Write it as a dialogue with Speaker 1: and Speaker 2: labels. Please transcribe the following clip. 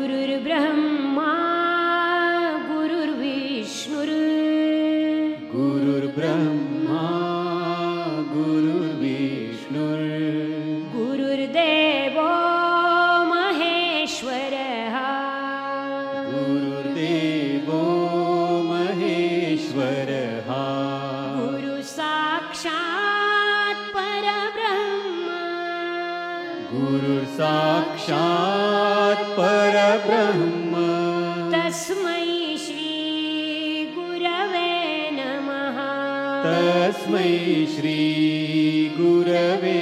Speaker 1: गुरुर्ब्रह्मा गुरुर्विष्णुर्
Speaker 2: गुरुर्ब्रह्मा गुरुर्विष्णुर्
Speaker 1: गुरुर्देवो महेश्वरः
Speaker 2: गुरुर्देवो महेश्वरः
Speaker 1: गुरुसाक्षात् परब्रह्म
Speaker 2: गुरुर्साक्षात् परब्रह्म
Speaker 1: तस्मै श्रीगुरवे नमः
Speaker 2: तस्मै श्रीगुरवे